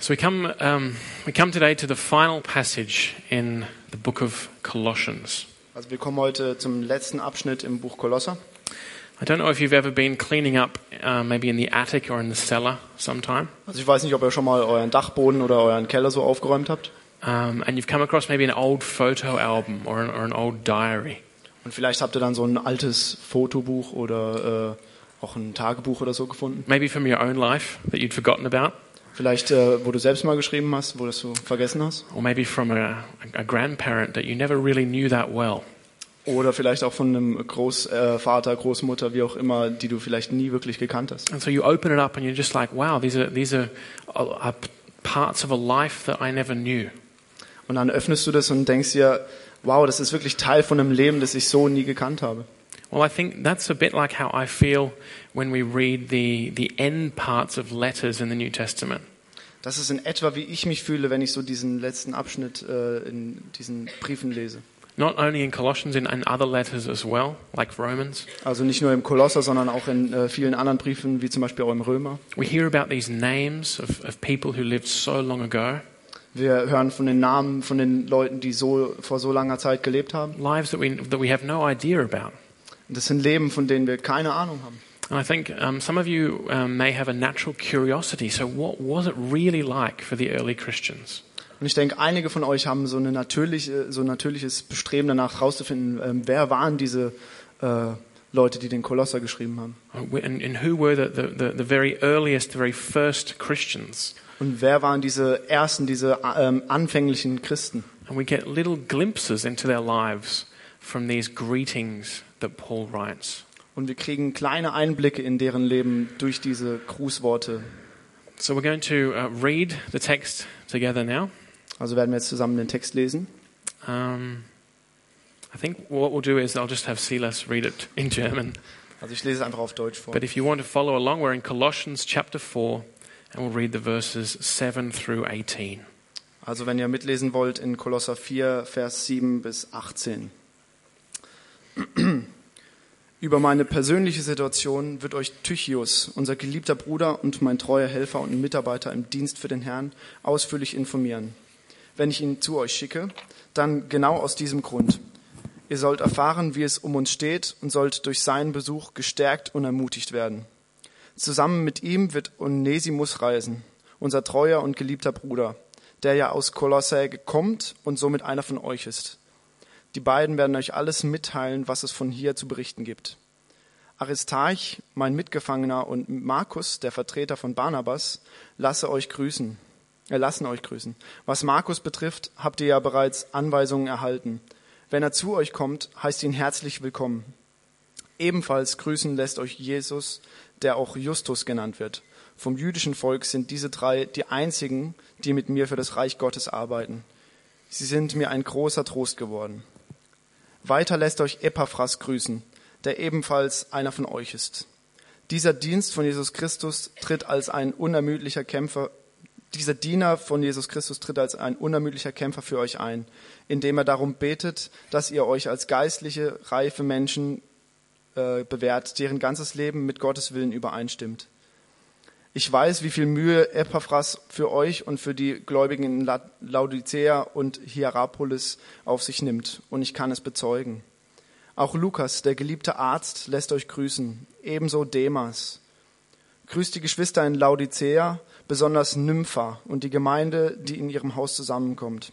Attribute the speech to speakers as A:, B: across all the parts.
A: So we come, um, we come today to the final passage in the book of Colossians.
B: Also wir kommen heute zum letzten Abschnitt im Buch Kolosser.
A: I don't know if you've ever been cleaning up, uh, maybe in the attic or in the cellar sometime,
B: Also ich weiß nicht, ob ihr schon mal euren Dachboden oder euren Keller so aufgeräumt habt.
A: um, and you've come across maybe an old photo album or an, or an old diary.
B: Und vielleicht habt ihr dann so ein altes Fotobuch oder äh, auch ein Tagebuch oder so gefunden.
A: maybe from your own life that you'd forgotten about,
B: Vielleicht, äh, wo du selbst mal geschrieben hast, wo das du vergessen hast.
A: or maybe from a, a grandparent that you never really knew that well.
B: Oder vielleicht auch von einem Großvater, Großmutter, wie auch immer, die du vielleicht nie wirklich gekannt hast.
A: And so you open it up and you're just like, wow, these are, these are, are parts of a life that I never knew.
B: Und dann öffnest du das und denkst dir, wow, das ist wirklich Teil von einem Leben, das ich so nie gekannt habe.
A: Well, I think that's a bit like how I feel when we read the, the end parts of letters in the New Testament.
B: Das ist in etwa, wie ich mich fühle, wenn ich so diesen letzten Abschnitt äh, in diesen Briefen lese.
A: Not only in Colossians, in, in other letters as well, like Romans.
B: Also nicht nur im Kolosser, sondern auch in äh, vielen anderen Briefen, wie zum Beispiel auch im Römer.
A: We hear about these names of, of people who lived so long ago,
B: Wir hören von den Namen von den Leuten, die so vor so langer Zeit gelebt haben.
A: lives that we, that we have no idea about.
B: Und das sind Leben, von denen wir keine Ahnung haben.
A: And I think um, some of you um, may have a natural curiosity. So, what was it really like for the early Christians?
B: Und ich denke, einige von euch haben so, eine natürliche, so ein natürliches Bestreben danach herauszufinden, ähm, wer waren diese äh, Leute, die den Kolosser geschrieben haben.
A: Uh, And, and who were the, the, the, the very earliest, the very first Christians?
B: Und wer waren diese ersten, diese ähm, anfänglichen Christen?
A: And we get little glimpses into their lives from these greetings that Paul writes.
B: Und wir kriegen kleine Einblicke in deren Leben durch diese Grußworte.
A: So, we're going to uh, read the text together now.
B: Also werden wir jetzt zusammen den Text lesen.
A: Um, I think what we'll do is I'll just have Silas read it in German.
B: Also ich lese es einfach auf Deutsch vor.
A: But if you want to follow along, we're in Colossians chapter 4, and we'll read the verses 7 through 18.
B: Also wenn ihr mitlesen wollt in Kolosser 4, Vers 7 bis 18. Über meine persönliche Situation wird euch Tychius, unser geliebter Bruder und mein treuer Helfer und Mitarbeiter im Dienst für den Herrn, ausführlich informieren. Wenn ich ihn zu euch schicke, dann genau aus diesem Grund. Ihr sollt erfahren, wie es um uns steht und sollt durch seinen Besuch gestärkt und ermutigt werden. Zusammen mit ihm wird Onesimus reisen, unser treuer und geliebter Bruder, der ja aus Kolossae kommt und somit einer von euch ist. Die beiden werden euch alles mitteilen, was es von hier zu berichten gibt. Aristarch, mein Mitgefangener, und Markus, der Vertreter von Barnabas, lasse euch grüßen. Äh, lassen euch grüßen. Was Markus betrifft, habt ihr ja bereits Anweisungen erhalten. Wenn er zu euch kommt, heißt ihn herzlich willkommen. Ebenfalls grüßen lässt euch Jesus, der auch Justus genannt wird. Vom jüdischen Volk sind diese drei die einzigen, die mit mir für das Reich Gottes arbeiten. Sie sind mir ein großer Trost geworden. Weiter lässt euch Epaphras grüßen, der ebenfalls einer von euch ist. Dieser Dienst von Jesus Christus tritt als ein unermüdlicher Kämpfer, dieser Diener von Jesus Christus tritt als ein unermüdlicher Kämpfer für euch ein, indem er darum betet, dass ihr euch als geistliche, reife Menschen äh, bewährt, deren ganzes Leben mit Gottes Willen übereinstimmt. Ich weiß, wie viel Mühe Epaphras für euch und für die Gläubigen in La- Laodicea und Hierapolis auf sich nimmt, und ich kann es bezeugen. Auch Lukas, der geliebte Arzt, lässt euch grüßen, ebenso Demas. Grüßt die Geschwister in Laodicea, besonders Nympha und die Gemeinde, die in ihrem Haus zusammenkommt.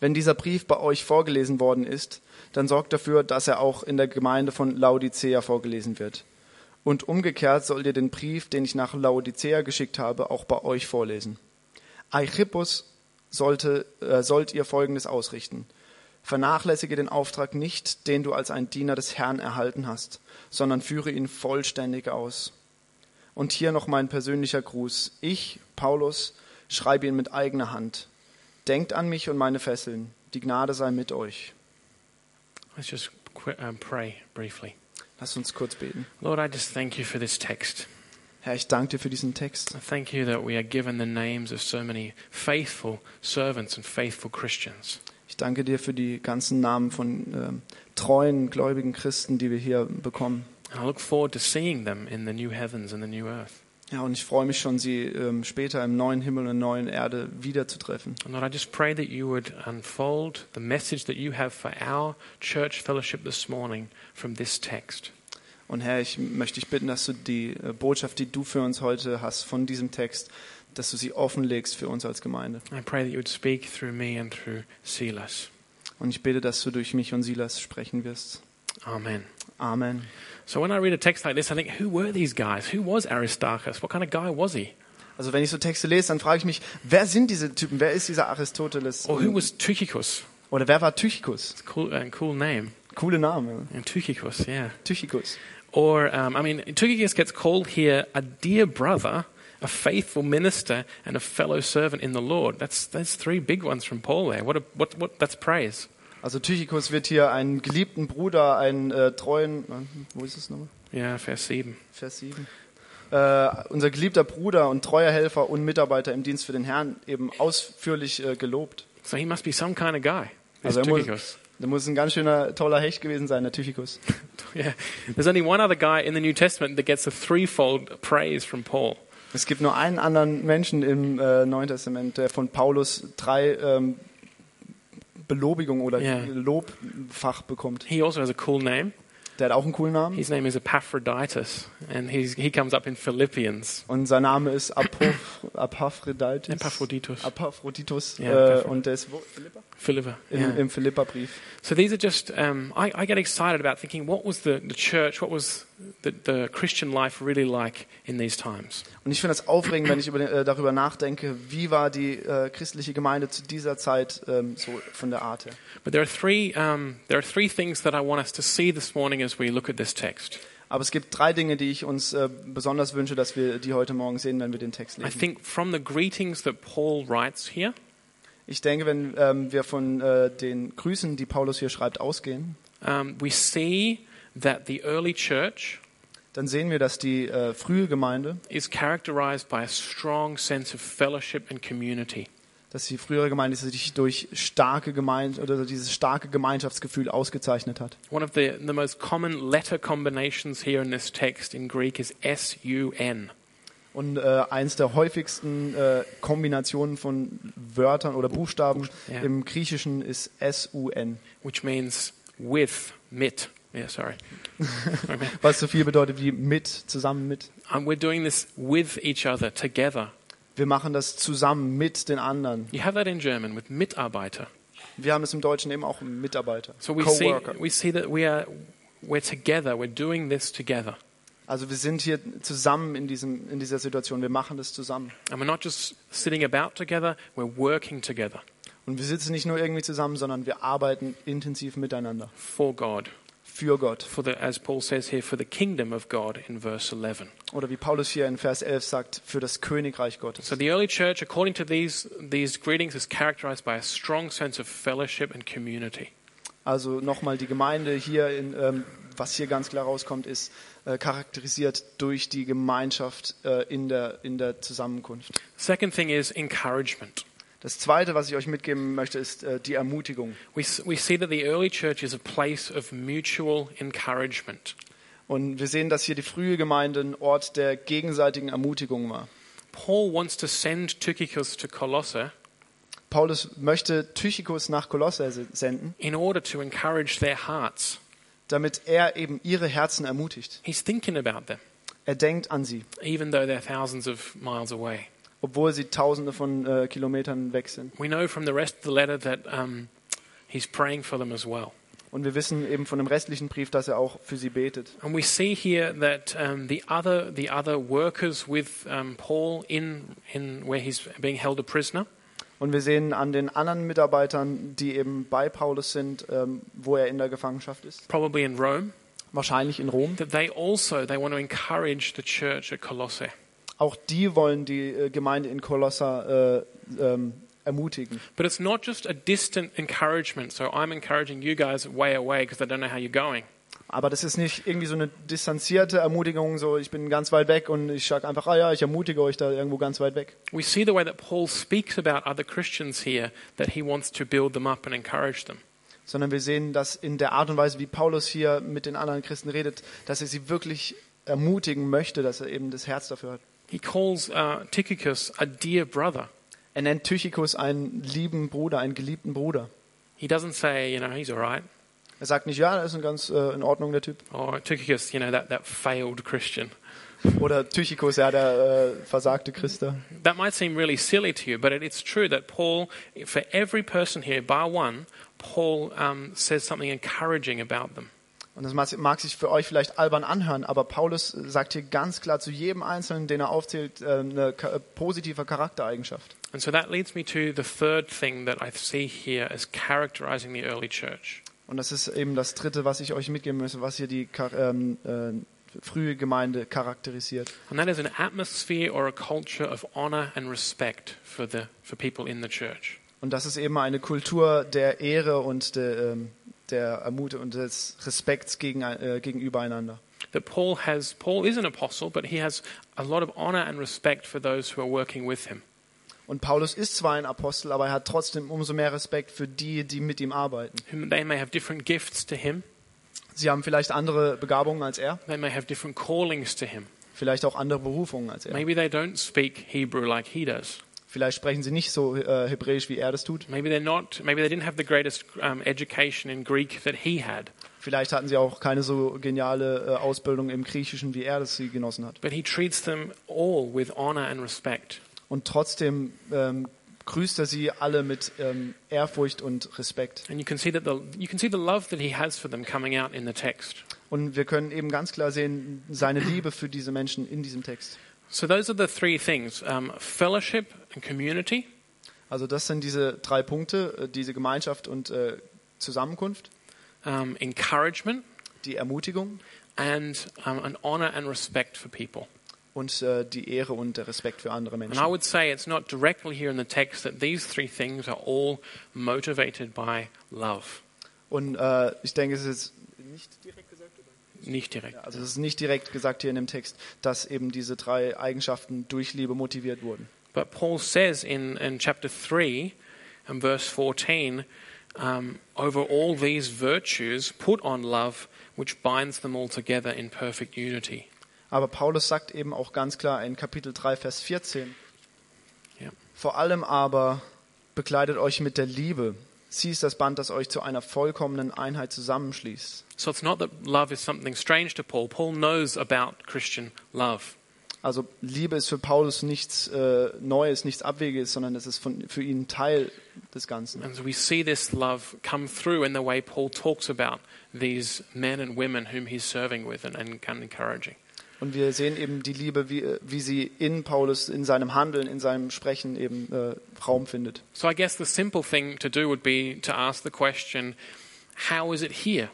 B: Wenn dieser Brief bei euch vorgelesen worden ist, dann sorgt dafür, dass er auch in der Gemeinde von Laodicea vorgelesen wird. Und umgekehrt sollt ihr den Brief, den ich nach Laodicea geschickt habe, auch bei euch vorlesen. Archippus sollte, äh, sollt ihr Folgendes ausrichten. Vernachlässige den Auftrag nicht, den du als ein Diener des Herrn erhalten hast, sondern führe ihn vollständig aus. Und hier noch mein persönlicher Gruß. Ich, Paulus, schreibe ihn mit eigener Hand. Denkt an mich und meine Fesseln. Die Gnade sei mit euch.
A: Let's just qu- um, pray briefly.
B: Lass uns kurz beten.
A: Lord, I just thank you for this text.
B: Herr, ich danke dir für diesen Text.
A: I thank you that we are given the names of so many faithful servants and faithful Christians.
B: Ich danke dir für die ganzen Namen von ähm, treuen, gläubigen Christen, die wir hier bekommen.
A: And I look forward to seeing them in the new heavens and the new earth.
B: Ja, und ich freue mich schon, Sie ähm, später im neuen Himmel und neuen Erde wiederzutreffen.
A: And Lord, I just pray that you would unfold the message that you have for our church fellowship this morning from this text.
B: Und Herr, ich möchte dich bitten, dass du die äh, Botschaft, die du für uns heute hast, von diesem Text, dass du sie offenlegst für uns als Gemeinde.
A: I pray that you would speak through me and through Silas.
B: Und ich bete, dass du durch mich und Silas sprechen wirst.
A: Amen.
B: Amen.
A: So when I read a text like this, I think, who were these guys? Who was Aristarchus? What kind of guy was he?
B: Also wenn ich so Texte lese, dann frage ich mich, wer sind diese Typen? Wer ist dieser Aristoteles?
A: Or Oh, who was Tychicus?
B: Oder wer war Tychicus?
A: It's cool, uh, cool name.
B: Coole Name.
A: And Tychicus, yeah.
B: Tychicus.
A: Or, um, I mean, Tychicus gets called here a dear brother, a faithful minister, and a fellow servant in the Lord. That's, that's three big ones from Paul there. What a, what, what, that's praise.
B: Also Tychicus wird hier einen geliebten Bruder, einen äh, treuen, äh, wo ist es nochmal?
A: Yeah, Vers 7.
B: Vers 7. Äh, unser geliebter Bruder und treuer Helfer und Mitarbeiter im Dienst für den Herrn eben ausführlich äh, gelobt.
A: So he must be some kind of guy. This
B: Also er muss,
A: Tychicus.
B: der muss ein ganz schöner, toller Hecht gewesen sein, der Tychicus.
A: Yeah. There's only one other guy in the New Testament that gets a threefold praise from Paul.
B: Es gibt nur einen anderen Menschen im äh, Neuen Testament, der von Paulus drei ähm, Belobigungen oder
A: Ja.
B: Lobfach bekommt.
A: He also has a cool name.
B: Der hat auch einen coolen Namen
A: His name is Epaphroditus, and he's, he comes up in Philippians.
B: und sein Name ist Apof- Epaphroditus.
A: Epaphroditus.
B: Epaphroditus.
A: Ja,
B: äh,
A: Epaphroditus.
B: und der ist wo? Philippa?
A: Philippa.
B: Im,
A: yeah.
B: im Philippa-Brief.
A: So these are just, um, I, I get excited about thinking what was the, the church, what was the, the Christian life really like in these times?
B: Und ich finde das aufregend, wenn ich über, den- äh, darüber nachdenke, wie war die äh, christliche Gemeinde zu dieser Zeit ähm, so von der Art her.
A: But there are, three, um, there are three things that I want us to see this morning as we look at this text.
B: Aber es gibt drei Dinge, die ich uns äh, besonders wünsche, dass wir die heute Morgen sehen, wenn wir den Text
A: I
B: lesen.
A: think from the greetings that Paul writes here,
B: Ich denke, wenn ähm, wir von äh, den Grüßen, die Paulus hier schreibt, ausgehen,
A: um, we see that the early church
B: dann sehen wir, dass die äh, frühe Gemeinde,
A: is characterized by a strong sense of fellowship and community.
B: dass die frühere Gemeinde sich durch starke Gemeinde oder dieses starke Gemeinschaftsgefühl ausgezeichnet hat.
A: One of the, the most common letter combinations here in this text in Greek is S U N.
B: Und äh, eins der häufigsten äh, Kombinationen von Wörtern oder Buchstaben
A: Ja.
B: im Griechischen ist S-U-N,
A: which means with, mit. Yeah, sorry.
B: was so viel bedeutet wie mit, zusammen mit.
A: and Um, we're doing this with each other, together.
B: Wir machen das zusammen mit den anderen.
A: You have that in German with Mitarbeiter.
B: Wir haben es im Deutschen eben auch Mitarbeiter,
A: So we see,
B: Coworker.
A: we see that we are, we're together, we're doing this together.
B: Also wir sind hier zusammen in, diesem, in dieser Situation. Wir machen das zusammen.
A: And we're not just sitting about together, we're working together
B: Und wir sitzen nicht nur irgendwie zusammen, sondern wir arbeiten intensiv miteinander.
A: for God.
B: Für Gott.
A: For the, as Paul says here, for the kingdom of God in verse 11.
B: Oder wie Paulus hier in Vers 11 sagt, für das Königreich Gottes.
A: So the early church, according to these, these greetings, is characterized by a strong sense of fellowship and community.
B: Also nochmal, die Gemeinde hier, in, ähm, was hier ganz klar rauskommt, ist äh, charakterisiert durch die Gemeinschaft äh, in, der, in der Zusammenkunft.
A: Second thing is encouragement.
B: Das Zweite, was ich euch mitgeben möchte, ist äh, die Ermutigung.
A: We, s- we see that the early church is a place of mutual encouragement.
B: Und wir sehen, dass hier die frühe Gemeinde ein Ort der gegenseitigen Ermutigung war.
A: Paul wants to send Tychicus to Colossae
B: Paulus möchte Tychicus nach Kolosser se- senden,
A: in order to encourage their hearts.
B: damit er eben ihre Herzen ermutigt.
A: He's thinking about them,
B: Er denkt an sie,
A: even though they're thousands of miles away.
B: obwohl sie tausende von äh, Kilometern weg sind.
A: We know from the rest of the letter that um, he's praying for them as well.
B: Und wir wissen eben von dem restlichen Brief, dass er auch für sie betet.
A: And we see here that um, the, other, the other workers with um, Paul in, in where he's being held a prisoner,
B: Und wir sehen an den anderen Mitarbeitern, die eben bei Paulus sind, ähm, wo er in der Gefangenschaft ist,
A: probably in Rome,
B: wahrscheinlich in Rom.
A: that they also they want to encourage the church at Colossae.
B: Auch die wollen die äh, Gemeinde in Kolosser äh, ähm, ermutigen.
A: But it's not just a distant encouragement. So I'm encouraging you guys way away because I don't know how you're going.
B: Aber das ist nicht irgendwie so eine distanzierte Ermutigung, so ich bin ganz weit weg und ich sage einfach, ah ja, ich ermutige euch da irgendwo ganz weit weg.
A: We see the way that Paul speaks about other Christians here that he wants to build them up and encourage them.
B: Sondern wir sehen, dass in der Art und Weise, wie Paulus hier mit den anderen Christen redet, dass er sie wirklich ermutigen möchte, dass er eben das Herz dafür hat.
A: he calls uh, Tychicus a dear brother.
B: Er nennt Tychicus einen lieben Bruder, einen geliebten Bruder.
A: He doesn't say, you know, he's all right,
B: Er sagt nicht, ja, das ist ein ganz äh, in Ordnung, der Typ.
A: or Tychicus, you know, that, that failed Christian.
B: Oder Tychicus, ja, der äh, versagte Christa.
A: That might seem really silly to you, but it, it's true that Paul, for every person here, bar one, Paul um, says something encouraging about them.
B: Und das mag mag sich für euch vielleicht albern anhören, aber Paulus äh, sagt hier ganz klar zu jedem Einzelnen, den er aufzählt, äh, eine ka äh, positive Charaktereigenschaft.
A: And so that leads me to the third thing that I see here as characterizing the early church.
B: Und das ist eben das Dritte, was ich euch mitgeben möchte, was hier die Char- ähm, äh, frühe Gemeinde charakterisiert.
A: And that is an atmosphere or a culture of honor and respect for, the, for people in the church.
B: Und das ist eben eine Kultur der Ehre und der, ähm, der Ermut und des Respekts gegen, äh, gegenüber einander.
A: That Paul has, Paul is an apostle, but he has a lot of honor and respect for those who are working with him.
B: Und Paulus ist zwar ein Apostel, aber er hat trotzdem umso mehr Respekt für die, die mit ihm arbeiten.
A: Whom they may have different gifts to him,
B: Sie haben vielleicht andere Begabungen als er,
A: they may have different callings to him.
B: vielleicht auch andere Berufungen als er.
A: Maybe they don't speak Hebrew like he does.
B: Vielleicht sprechen sie nicht so äh, hebräisch, wie er das tut.
A: Maybe they're not. Maybe they didn't have the greatest um, education in Greek that he had.
B: Vielleicht hatten sie auch keine so geniale äh, Ausbildung im Griechischen, wie er das sie genossen hat.
A: But he treats them all with honor and respect.
B: Und trotzdem ähm, grüßt er sie alle mit ähm, Ehrfurcht und Respekt.
A: And you can see that the you can see the love that he has for them coming out in the text.
B: Und wir können eben ganz klar sehen, seine Liebe für diese Menschen in diesem Text.
A: So those are the three things: um, fellowship and community,
B: Also das sind diese drei Punkte, äh, diese Gemeinschaft und äh, Zusammenkunft,
A: um, encouragement,
B: die Ermutigung
A: and um, an honor and respect for people.
B: und äh, die Ehre und der Respekt für andere
A: And I
B: Menschen.
A: would say it's not directly here in the text that these three things are all motivated by love.
B: Und äh, ich denke, es ist nicht direkt gesagt,
A: Nicht direkt.
B: also es ist nicht direkt gesagt hier in dem Text, dass eben diese drei Eigenschaften durch Liebe motiviert wurden.
A: But Paul says in, in chapter 3 and verse 14, um, over all these virtues, put on love, which binds them all together in perfect unity.
B: Aber Paulus sagt eben auch ganz klar in Kapitel 3, Vers 14,
A: Ja.
B: vor allem aber bekleidet euch mit der Liebe. Sie ist das Band, das euch zu einer vollkommenen Einheit zusammenschließt.
A: So it's not that love is something strange to Paul. Paul knows about Christian love.
B: Also Liebe ist für Paulus nichts äh, Neues, nichts Abwegiges, sondern es ist von, für ihn Teil des Ganzen.
A: And so we see this love come through in the way Paul talks about these men and women whom he's serving with and, and and encouraging.
B: Und wir sehen eben die Liebe, wie, äh, wie sie in Paulus, in seinem Handeln, in seinem Sprechen eben äh, Raum findet.
A: So I guess the simple thing to do would be to ask the question how is it here?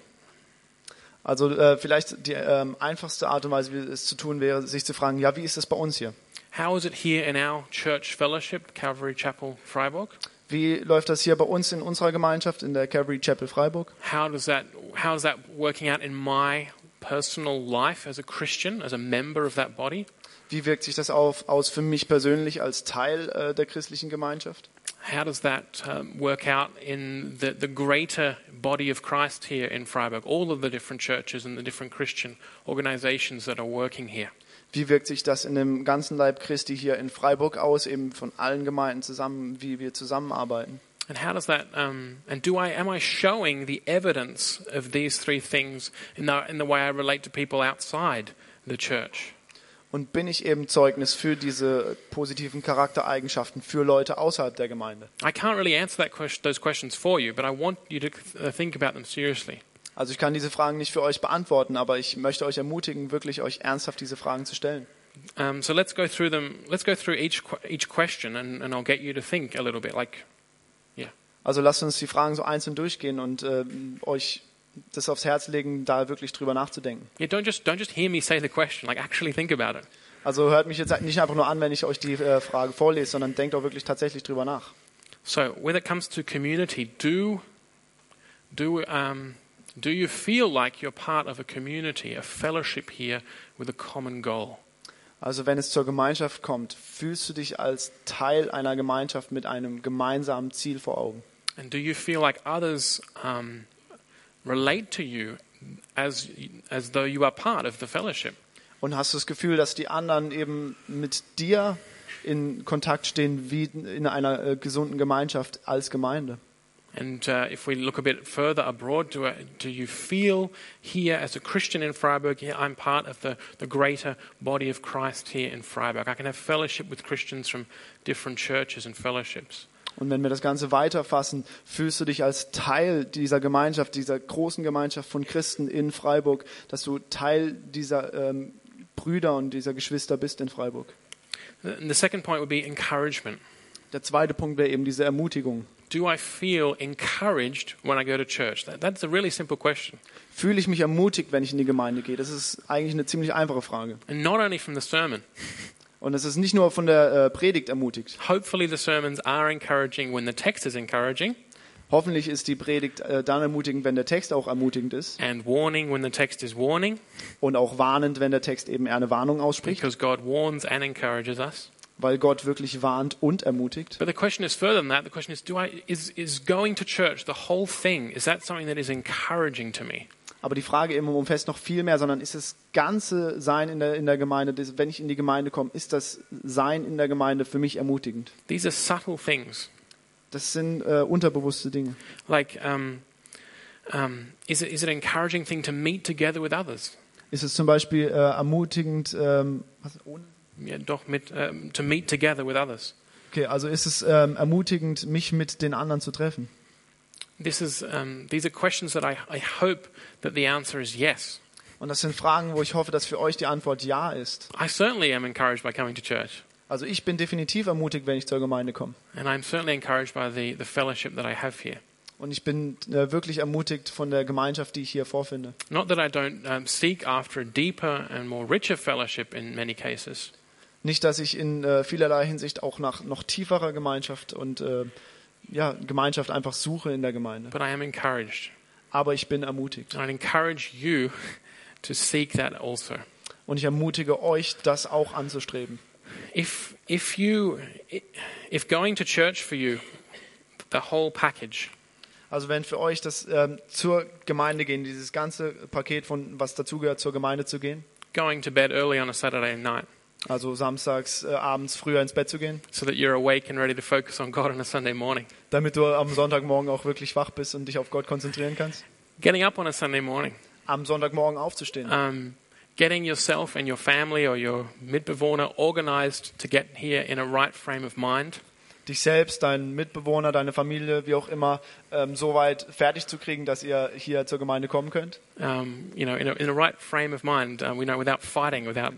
B: Also äh, vielleicht die ähm, einfachste Art und Weise, wie es zu tun wäre, sich zu fragen, ja, wie ist es bei uns hier?
A: How is it here in our church fellowship, Calvary Chapel, Freiburg?
B: Wie läuft das hier bei uns in unserer Gemeinschaft, in der Calvary Chapel Freiburg?
A: How does that how is that working out in my personal life as a Christian, as a member of that body?
B: Wie wirkt sich das auf, aus für mich persönlich als Teil äh, der christlichen Gemeinschaft?
A: How does that um, work out in the, the greater body of Christ here in Freiburg? All of the different churches and the different Christian organizations that are working here.
B: Wie wirkt sich das in dem ganzen Leib Christi hier in Freiburg aus, eben von allen Gemeinden zusammen, wie wir zusammenarbeiten?
A: And how does that? Um, and do I am I showing the evidence of these three things in the in the way I relate to people outside the church?
B: Und bin ich eben Zeugnis für diese positiven Charaktereigenschaften für Leute außerhalb der Gemeinde?
A: I can't really answer that question, those questions for you, but I want you to uh, think about them seriously.
B: Also ich kann diese Fragen nicht für euch beantworten, aber ich möchte euch ermutigen, wirklich euch ernsthaft diese Fragen zu stellen.
A: Um, so let's go through them. Let's go through each que- each question, and, and I'll get you to think a little bit. Like,
B: Also lasst uns die Fragen so einzeln durchgehen und äh, euch das aufs Herz legen, da wirklich drüber nachzudenken.
A: yeah, don't just don't just hear me say the question. Like, actually think about it.
B: Also hört mich jetzt nicht einfach nur an, wenn ich euch die äh, Frage vorlese, sondern denkt auch wirklich tatsächlich drüber nach.
A: So when it comes to community, do do um, do you feel like you're part of a community, a fellowship here with a common goal?
B: Also wenn es zur Gemeinschaft kommt, fühlst du dich als Teil einer Gemeinschaft mit einem gemeinsamen Ziel vor Augen?
A: And do you feel like others um, relate to you as as though you are part of the fellowship?
B: Und hast du das Gefühl, dass die anderen eben mit dir in Kontakt stehen, wie in einer äh, gesunden Gemeinschaft als Gemeinde?
A: And uh, if we look a bit further abroad, do, I, do you feel here as a Christian in Freiburg, yeah, I'm part of the, the greater body of Christ here in Freiburg? I can have fellowship with Christians from different churches and fellowships.
B: Und wenn wir das Ganze weiterfassen, fühlst du dich als Teil dieser Gemeinschaft, dieser großen Gemeinschaft von Christen in Freiburg, dass du Teil dieser ähm, Brüder und dieser Geschwister bist in Freiburg?
A: And the second point would be encouragement.
B: Der zweite Punkt wäre eben diese Ermutigung.
A: Do I feel encouraged when I go to church? That, that's a really simple question.
B: Fühle ich mich ermutigt, wenn ich in die Gemeinde gehe? Das ist eigentlich eine ziemlich einfache Frage.
A: And not only from the sermon.
B: Und es ist nicht nur von der äh, Predigt ermutigt.
A: Hopefully, the sermons are encouraging when the text is encouraging,
B: Hoffentlich ist die Predigt äh, dann ermutigend, wenn der Text auch ermutigend ist
A: and warning when the text is warning,
B: und auch warnend, wenn der Text eben eher eine Warnung ausspricht,
A: because God warns and encourages us.
B: weil Gott wirklich warnt und ermutigt.
A: But the question is further than that. The question is, do I is is going to church the whole thing? Is that something that is encouraging to me?
B: Aber die Frage eben umfasst noch viel mehr, sondern ist das ganze Sein in der, in der Gemeinde, das, wenn ich in die Gemeinde komme, ist das Sein in der Gemeinde für mich ermutigend?
A: These are subtle things.
B: Das sind äh, unterbewusste Dinge.
A: Like, um, um, is it is it an encouraging thing to meet together with others?
B: Ist es zum Beispiel äh, ermutigend, ähm, was, ohne?
A: Yeah, doch mit, um, to meet together with others.
B: Okay, also ist es ähm, ermutigend, mich mit den anderen zu treffen?
A: This is um, these are questions that I, I hope that the answer is yes.
B: Und das sind Fragen, wo ich hoffe, dass für euch die Antwort ja ist.
A: I certainly am encouraged by coming to church,
B: Also ich bin definitiv ermutigt, wenn ich zur Gemeinde komme.
A: and I'm certainly encouraged by the, the fellowship that I have here.
B: Und ich bin äh, wirklich ermutigt von der Gemeinschaft, die ich hier vorfinde.
A: Not that I don't um, seek after a deeper and more richer fellowship in many cases,
B: Nicht, dass ich in äh, vielerlei Hinsicht auch nach noch tieferer Gemeinschaft und äh, ja, Gemeinschaft einfach suche in der Gemeinde.
A: but I am encouraged.
B: Aber ich bin ermutigt.
A: And I'd encourage you to seek that also.
B: Und ich ermutige euch, das auch anzustreben.
A: If, if, you, if going to church for you, the whole package,
B: Also wenn für euch das ähm, zur Gemeinde gehen, dieses ganze Paket von was dazugehört, zur Gemeinde zu gehen,
A: going to bed early on a Saturday night
B: also samstags äh, abends früher ins Bett zu gehen,
A: so that you're awake and ready to focus on God on a Sunday morning,
B: damit du am Sonntagmorgen auch wirklich wach bist und dich auf Gott konzentrieren kannst,
A: getting up on a Sunday morning,
B: am Sonntagmorgen aufzustehen.
A: um, getting yourself and your family or your midbewohner organized to get here in a right frame of mind.
B: dich selbst, deinen Mitbewohner, deine Familie, wie auch immer, ähm, so weit fertig zu kriegen, dass ihr hier zur Gemeinde kommen könnt.
A: um, you know, in a, in a right frame of mind, uh, we know without fighting, without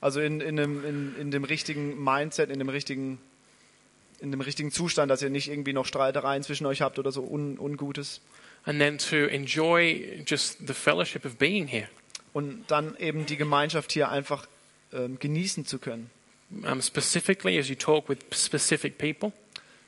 B: Also in, in, dem, in, in dem richtigen Mindset, in dem richtigen, in dem richtigen Zustand, dass ihr nicht irgendwie noch Streitereien zwischen euch habt oder so un, Ungutes.
A: and then to enjoy just the fellowship of being here,
B: Und dann eben die Gemeinschaft hier einfach ähm, genießen zu können.
A: um, specifically as you talk with specific people,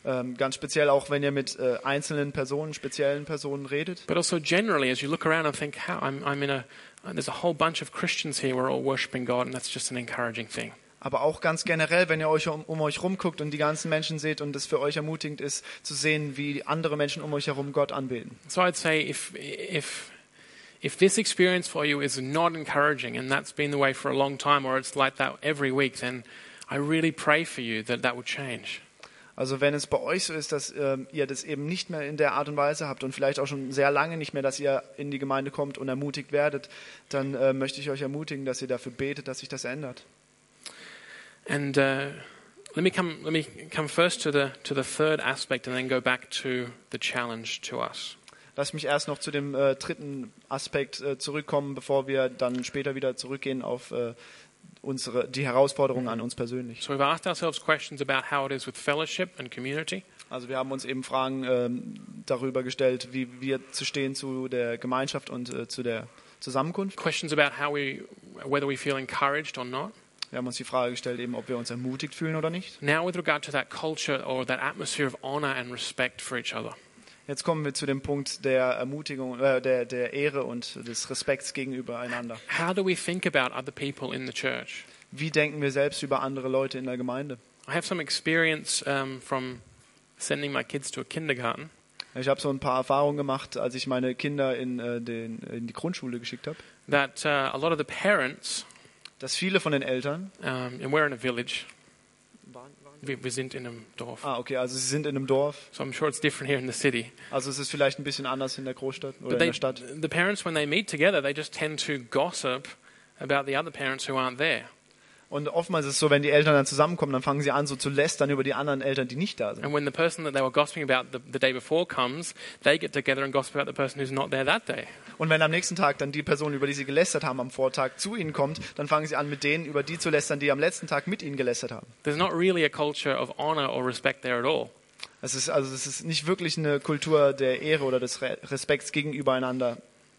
B: Ähm, ganz speziell auch, wenn ihr mit äh, einzelnen Personen, speziellen Personen redet.
A: but also generally as you look around and think, "How I'm, I'm in a uh, there's a whole bunch of Christians here. We're all worshiping God, and that's just an encouraging thing."
B: Aber auch ganz generell, wenn ihr euch um, um euch rumguckt und die ganzen Menschen seht und es für euch ermutigend ist, zu sehen, wie andere Menschen um euch herum Gott anbeten.
A: So I'd say if if if this experience for you is not encouraging, and that's been the way for a long time, or it's like that every week, then I really pray for you that that will change.
B: Also wenn es bei euch so ist, dass ähm, ihr das eben nicht mehr in der Art und Weise habt und vielleicht auch schon sehr lange nicht mehr, dass ihr in die Gemeinde kommt und ermutigt werdet, dann äh, möchte ich euch ermutigen, dass ihr dafür betet, dass sich das ändert.
A: And uh, let me come let me come first to the to the third aspect, and then go back to the challenge to us.
B: Lasst mich erst noch zu dem äh, dritten Aspekt äh, zurückkommen, bevor wir dann später wieder zurückgehen auf äh, unsere, die Herausforderungen an uns persönlich.
A: So we've asked ourselves questions about how it is with fellowship and community,
B: Also wir haben uns eben Fragen ähm, darüber gestellt, wie wir zu stehen zu der Gemeinschaft und äh, zu der Zusammenkunft.
A: questions about how we whether we feel encouraged or not.
B: Wir haben uns die Frage gestellt, eben ob wir uns ermutigt fühlen oder nicht.
A: Now, with regard to that culture or that atmosphere of honor and respect for each other,
B: Jetzt kommen wir zu dem Punkt der Ermutigung, äh, der, der Ehre und des Respekts gegenüber einander.
A: how do we think about other people in the church?
B: Wie denken wir selbst über andere Leute in der Gemeinde?
A: I have some experience um, from sending my kids to a kindergarten,
B: Ich habe so ein paar Erfahrungen gemacht, als ich meine Kinder in, äh, den, in die Grundschule geschickt habe,
A: that uh, a lot of the parents
B: dass viele von den Eltern,
A: Um, and we're in a village. Wir, wir sind in einem Dorf.
B: ah okay, also sie sind in einem Dorf,
A: So I'm sure it's different here in the city.
B: also es ist vielleicht ein bisschen anders in der Großstadt oder
A: But
B: in
A: they,
B: der Stadt.
A: the parents, when they meet together, they just tend to gossip about the other parents who aren't there.
B: Und oftmals ist es so, wenn die Eltern dann zusammenkommen, dann fangen sie an, so zu lästern über die anderen Eltern, die nicht da sind.
A: And when the person that they were gossiping about the, the day before comes, they get together and gossip about the person who's not there that day.
B: Und wenn am nächsten Tag dann die Person, über die sie gelästert haben am Vortag, zu ihnen kommt, dann fangen sie an, mit denen über die zu lästern, die am letzten Tag mit ihnen gelästert haben.
A: There's not really a culture of honor or respect there at all.
B: Es ist also es ist nicht wirklich eine Kultur der Ehre oder des Re Respekts gegenüber einander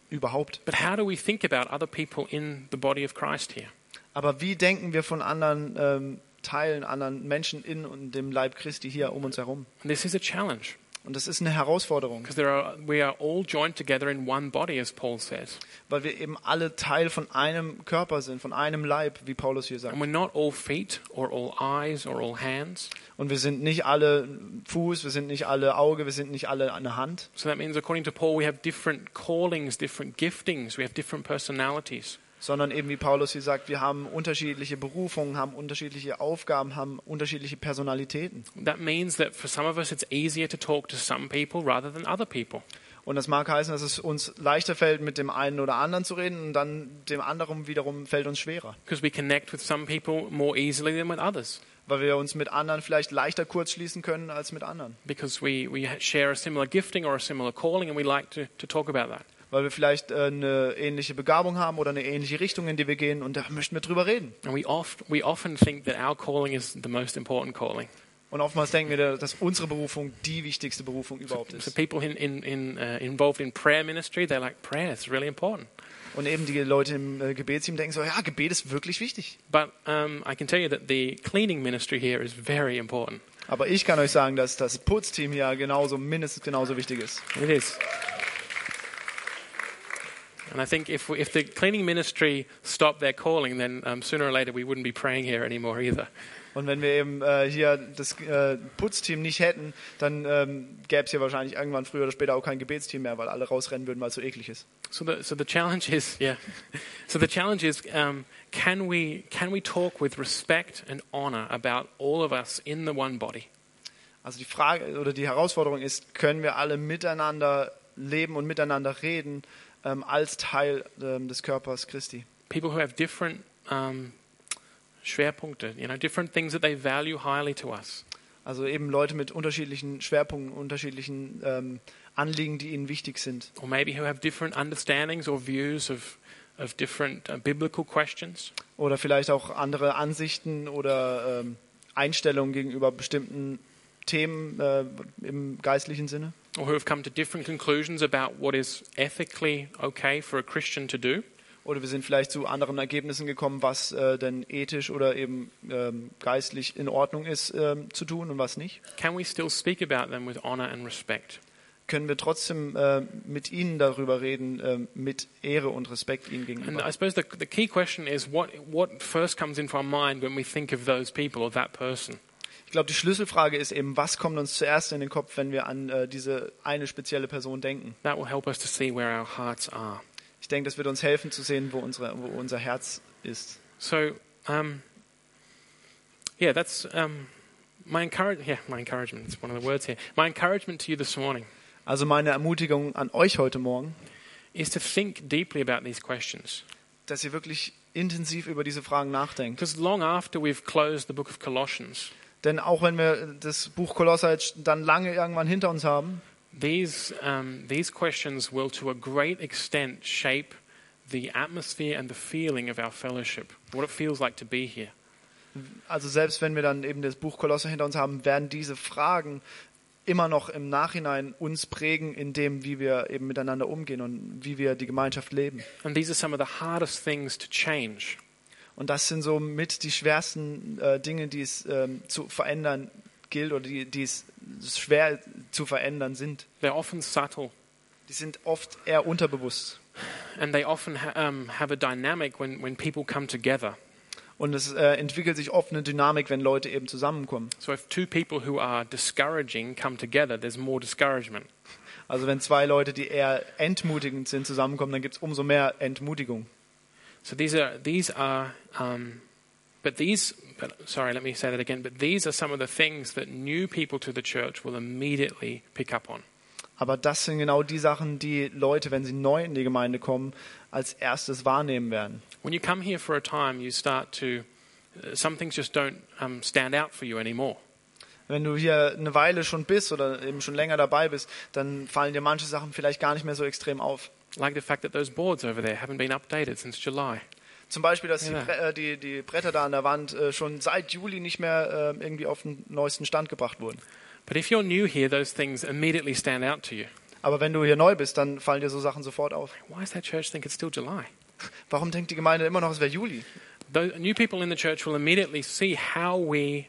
B: überhaupt.
A: But how do we think about other people in the body of Christ here?
B: Aber wie denken wir von anderen ähm, Teilen, anderen Menschen in und dem Leib Christi hier um uns herum?
A: And this is a challenge
B: Und das ist eine Herausforderung,
A: because there are, we are all joined together in one body, as Paul says.
B: weil wir eben alle Teil von einem Körper sind, von einem Leib, wie Paulus hier sagt.
A: And we're not all feet or all eyes or all hands.
B: Und wir sind nicht alle Fuß, wir sind nicht alle Auge, wir sind nicht alle eine Hand.
A: So that means, according to Paul, we have different callings, different giftings, we have different personalities.
B: sondern eben wie Paulus hier sagt, wir haben unterschiedliche Berufungen, haben unterschiedliche Aufgaben, haben unterschiedliche Personalitäten.
A: That means that for some of us, it's easier to talk to some people rather than other people.
B: Und das mag heißen, dass es uns leichter fällt, mit dem einen oder anderen zu reden und dann dem anderen wiederum fällt uns schwerer,
A: because we connect with some people more easily than with others
B: weil wir uns mit anderen vielleicht leichter kurzschließen können als mit anderen,
A: because we, we share a similar gifting or a similar calling and we like to, to talk about that.
B: weil wir vielleicht äh, eine ähnliche Begabung haben oder eine ähnliche Richtung, in die wir gehen und da möchten wir drüber reden.
A: And we, oft, we often think that our calling is the most important calling.
B: Und oftmals denken wir, dass unsere Berufung die wichtigste Berufung überhaupt
A: So
B: ist.
A: people in, in, in, uh, involved in prayer ministry, they're like, prayer is really important.
B: Und eben die Leute im äh, Gebetsteam denken so, ja, Gebet ist wirklich wichtig.
A: But um, I can tell you that the cleaning ministry here is very important.
B: Aber ich kann euch sagen, dass das Putzteam hier genauso, mindestens genauso wichtig ist.
A: It is. And I think if, we, if the cleaning ministry stopped their calling, then um, sooner or later we wouldn't be praying here anymore either.
B: Und wenn wir eben äh, hier das äh, Putzteam nicht hätten, dann ähm, gäbe es hier wahrscheinlich irgendwann früher oder später auch kein Gebetsteam mehr, weil alle rausrennen würden, weil es so eklig ist.
A: So the so the challenge is yeah. So the challenge is um, can we can we talk with respect and honor about all of us in the one body?
B: Also die Frage oder die Herausforderung ist, können wir alle miteinander leben und miteinander reden ähm, als Teil ähm, des Körpers Christi?
A: People who have different um, Schwerpunkte, you know, different things that they value highly to us.
B: Also eben Leute mit unterschiedlichen Schwerpunkten, unterschiedlichen ähm, Anliegen, die ihnen wichtig sind.
A: Or maybe who have different understandings or views of of different uh, biblical questions.
B: Oder vielleicht auch andere Ansichten oder ähm, Einstellungen gegenüber bestimmten Themen äh, im geistlichen Sinne.
A: Or who have come to different conclusions about what is ethically okay for a Christian to do.
B: Oder wir sind vielleicht zu anderen Ergebnissen gekommen, was äh, denn ethisch oder eben ähm, geistlich in Ordnung ist ähm, zu tun und was nicht.
A: Can we still speak about them with honor and respect?
B: Können wir trotzdem äh, mit ihnen darüber reden, ähm, mit Ehre und Respekt
A: And
B: ihnen gegenüber.
A: I suppose the, the key question is what, what first comes into our mind when we think of those people or that person?
B: Ich glaube, die Schlüsselfrage ist eben, was kommt uns zuerst in den Kopf, wenn wir an äh, diese eine spezielle Person denken?
A: That will help us to see where our hearts are.
B: Ich denke, das wird uns helfen zu sehen, wo, unsere, wo unser Herz ist.
A: So, um, yeah, that's um, my, encourage, yeah, my encouragement. It's one of the words here. My encouragement to you this morning
B: Also meine Ermutigung an euch heute Morgen,
A: is to think deeply about these questions.
B: dass ihr wirklich intensiv über diese Fragen nachdenkt.
A: Because long after we've closed the book of Colossians,
B: Denn auch wenn wir das Buch Kolosser jetzt dann lange irgendwann hinter uns haben,
A: these, um, these questions will to a great extent shape the atmosphere and the feeling of our fellowship, what it feels like to be here.
B: also selbst wenn wir dann eben das Buch Kolosser hinter uns haben, werden diese Fragen immer noch im Nachhinein uns prägen in dem, wie wir eben miteinander umgehen und wie wir die Gemeinschaft leben.
A: And these are some of the hardest things to change.
B: Und das sind so mit die schwersten äh, Dinge, die es ähm, zu verändern gilt oder die, die es schwer zu verändern sind.
A: They're often subtle,
B: Die sind oft eher unterbewusst.
A: and they often ha- um, have a dynamic when, when people come together.
B: Und es äh, entwickelt sich oft eine Dynamik, wenn Leute eben zusammenkommen.
A: So if two people who are discouraging come together, there's more discouragement.
B: Also wenn zwei Leute, die eher entmutigend sind, zusammenkommen, dann gibt es umso mehr Entmutigung.
A: So these are these are um, but these but sorry, let me say that again. But these are some of the things that new people to the church will immediately pick up on.
B: Aber das sind genau die Sachen, die Leute, wenn sie neu in die Gemeinde kommen, als erstes wahrnehmen werden.
A: When you come here for a time, you start to uh, some things just don't um, stand out for you anymore.
B: Wenn du hier eine Weile schon bist oder eben schon länger dabei bist, dann fallen dir manche Sachen vielleicht gar nicht mehr so extrem auf.
A: Like the fact that those boards over there haven't been updated since July.
B: Zum Beispiel, dass die,
A: Ja.
B: Bre äh, die, die Bretter da an der Wand äh, schon seit Juli nicht mehr äh, irgendwie auf den neuesten Stand gebracht wurden.
A: But if you're new here, those things immediately stand out to you.
B: Aber wenn du hier neu bist, dann fallen dir so Sachen sofort auf.
A: Why does that church think it's still July?
B: Warum denkt die Gemeinde immer noch, es wäre Juli?
A: Those new people in the church will immediately see how we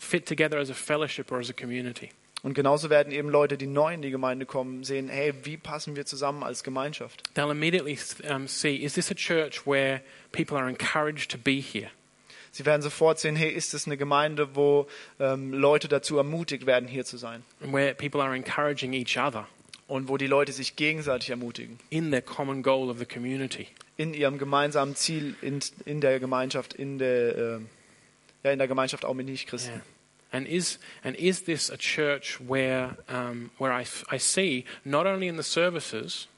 A: fit together as a fellowship or as a community.
B: Und genauso werden eben Leute, die neu in die Gemeinde kommen, sehen, hey, wie passen wir zusammen als Gemeinschaft?
A: They'll immediately um, see is this a church where people are encouraged to be here?
B: Sie werden sofort sehen, hey, ist es eine Gemeinde, wo ähm, Leute dazu ermutigt werden, hier zu sein?
A: And where people are encouraging each other
B: Und wo die Leute sich gegenseitig ermutigen,
A: in their common goal of the community.
B: in ihrem gemeinsamen Ziel, in, in der Gemeinschaft, in der, ähm, ja, in der Gemeinschaft auch mit Nichtchristen.
A: Yeah. And is and is this a church where um, where I, f- I see not only in the services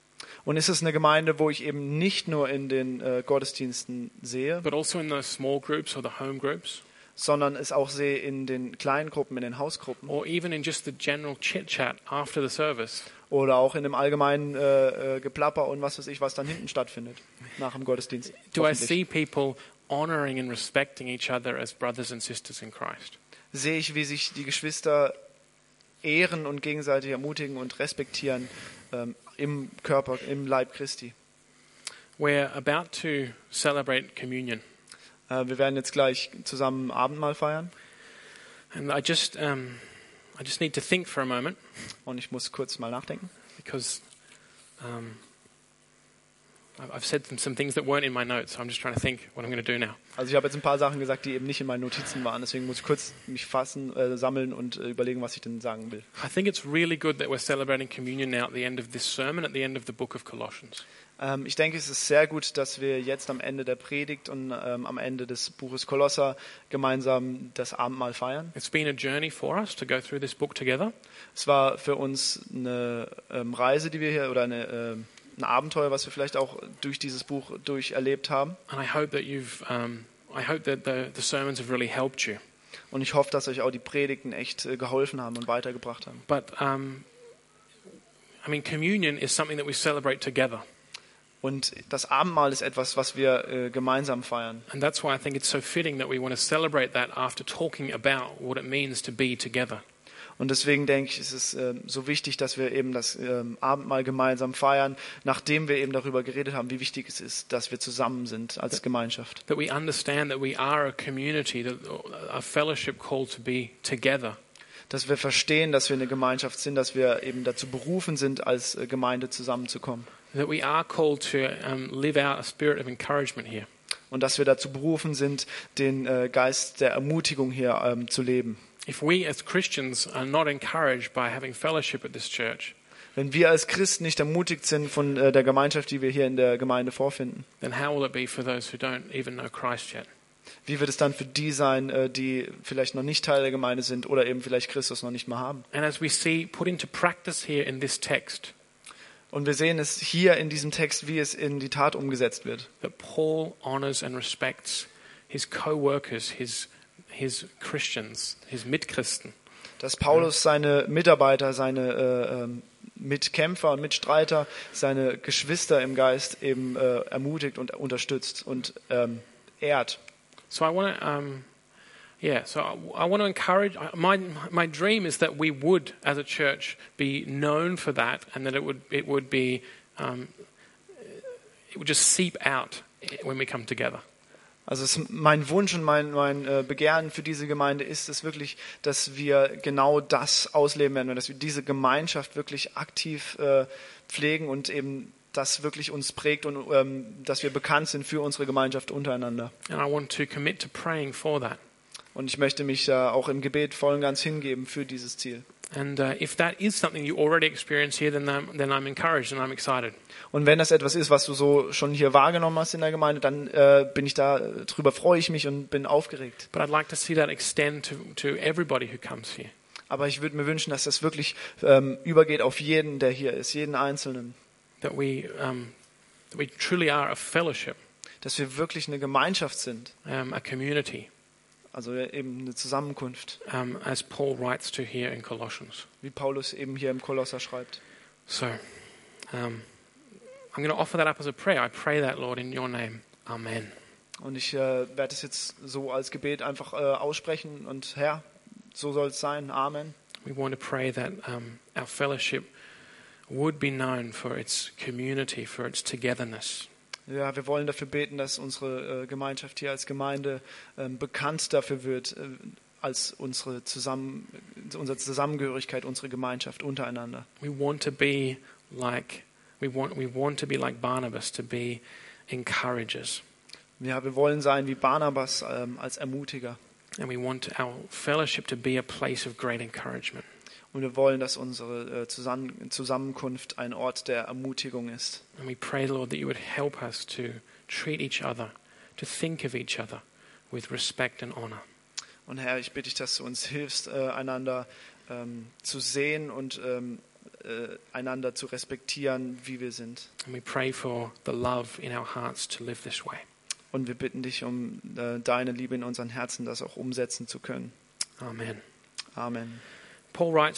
B: Und ist es eine Gemeinde, wo ich eben nicht nur in den äh, Gottesdiensten sehe,
A: but also in those small groups or the home groups
B: sondern es auch sehe in den kleinen Gruppen, in den Hausgruppen
A: or even in just the general chit chat after the service?
B: oder auch in dem allgemeinen äh, äh, Geplapper und was weiß ich, was dann hinten stattfindet, nach dem Gottesdienst.
A: Do I
B: hoffentlich.
A: see people honoring and respecting each other as brothers and sisters in Christ?
B: Sehe ich, wie sich die Geschwister ehren und gegenseitig ermutigen und respektieren ähm, im Körper, im Leib Christi.
A: We're about to celebrate communion,
B: Äh, wir werden jetzt gleich zusammen Abendmahl feiern
A: and I just um, I just need to think for a moment
B: und ich muss kurz mal nachdenken.
A: because. Um, I've- I've said some, some things that weren't in my notes, so I'm just trying to think what I'm going to do now.
B: Also ich habe jetzt ein paar Sachen gesagt, die eben nicht in meinen Notizen waren, deswegen muss ich kurz mich fassen, äh, sammeln und äh, überlegen, was ich denn sagen will.
A: I think it's really good that we're celebrating communion now at the end of this sermon, at the end of the book of Colossians.
B: Ähm, ich denke, es ist sehr gut, dass wir jetzt am Ende der Predigt und ähm, am Ende des Buches Kolosser gemeinsam das Abendmahl feiern.
A: It's been a journey for us to go through this book together,
B: Es war für uns eine ähm, Reise, die wir hier oder eine, ähm, ein Abenteuer, was wir vielleicht auch durch dieses Buch durch erlebt haben.
A: and I hope that you've, um, I hope that the, the sermons have really helped you.
B: Und ich hoffe, dass euch auch die Predigten echt äh, geholfen haben und weitergebracht haben.
A: But um, I mean, communion is something that we celebrate together,
B: Und das Abendmahl ist etwas, was wir äh, gemeinsam feiern.
A: and that's why I think it's so fitting that we want to celebrate that after talking about what it means to be together.
B: Und deswegen denke ich, ist es ähm, so wichtig, dass wir eben das ähm, Abendmahl gemeinsam feiern, nachdem wir eben darüber geredet haben, wie wichtig es ist, dass wir zusammen sind als Gemeinschaft.
A: That we understand that we are a community, that uh, a fellowship called to be together.
B: Dass wir verstehen, dass wir eine Gemeinschaft sind, dass wir eben dazu berufen sind, als äh, Gemeinde zusammenzukommen.
A: that we are called to um, live out a spirit of encouragement here.
B: Und dass wir dazu berufen sind, den äh, Geist der Ermutigung hier ähm, zu leben.
A: If we as Christians are not encouraged by having fellowship at this church,
B: Wenn wir als Christen nicht ermutigt sind von äh, der Gemeinschaft, die wir hier in der Gemeinde vorfinden,
A: then how will it be for those who don't even know Christ yet?
B: wie wird es dann für die sein, äh, die vielleicht noch nicht Teil der Gemeinde sind oder eben vielleicht Christus noch nicht mal haben?
A: And as we see put into practice here in this text,
B: Und wir sehen es hier in diesem Text, wie es in die Tat umgesetzt wird.
A: that Paul honors and respects his co workers, his, his Christians, his Mitchristen.
B: Dass Paulus seine Mitarbeiter, seine äh, ähm, Mitkämpfer und Mitstreiter, seine Geschwister im Geist eben äh, ermutigt und unterstützt und ähm, ehrt.
A: So I want to. Um, yeah, so I, I want to encourage. I- My my dream is that we would, as a church, be known for that, and that it would it would be um, it would just seep out when we come together.
B: Also es, mein Wunsch und mein, mein äh, Begehren für diese Gemeinde ist es wirklich, dass wir genau das ausleben werden, und dass wir diese Gemeinschaft wirklich aktiv äh, pflegen und eben das wirklich uns prägt und ähm, dass wir bekannt sind für unsere Gemeinschaft untereinander.
A: And I want to commit to praying for that.
B: Und ich möchte mich da auch im Gebet voll und ganz hingeben für dieses Ziel.
A: And uh, if that is something you already experience here, then I'm, then I'm encouraged and I'm excited.
B: Und wenn das etwas ist, was du so schon hier wahrgenommen hast in der Gemeinde, dann äh, bin ich da, drüber freue ich mich und bin aufgeregt.
A: But I'd like to see that extend to, to everybody who comes here.
B: Aber ich würde mir wünschen, dass das wirklich ähm, übergeht auf jeden, der hier ist, jeden Einzelnen.
A: That we, um, that we truly are a fellowship,
B: Dass wir wirklich eine Gemeinschaft sind,
A: um, a community,
B: also eben eine Zusammenkunft,
A: um, as Paul writes to here in Colossians.
B: wie Paulus eben hier im Kolosser schreibt.
A: So um, I'm going to offer that up as a prayer. I pray that, Lord, in your name. Amen.
B: Und ich äh, werde es jetzt so als Gebet einfach äh, aussprechen und Herr, so soll es sein. Amen.
A: We want to pray that um, our fellowship would be known for its community, for its togetherness.
B: Ja, wir wollen dafür beten, dass unsere äh, Gemeinschaft hier als Gemeinde ähm, bekannt dafür wird, äh, als unsere, Zusammen unsere Zusammengehörigkeit, unsere Gemeinschaft untereinander.
A: We want to be like we want, we want to be like Barnabas to be encouragers.
B: Ja, wir wollen sein wie Barnabas ähm, als Ermutiger.
A: And we want our fellowship to be a place of great encouragement.
B: Und wir wollen, dass unsere äh, Zusammen Zusammenkunft ein Ort der Ermutigung ist.
A: And we pray, Lord, that you would help us to treat each other, to think of each other with respect and honor.
B: Und Herr, ich bitte dich, dass du uns hilfst, äh, einander ähm, zu sehen und ähm, äh, einander zu respektieren, wie wir sind.
A: And we pray for the love in our hearts to live this way.
B: Und wir bitten dich um äh, deine Liebe in unseren Herzen, das auch umsetzen zu können.
A: Amen.
B: Amen.
A: Paul writes.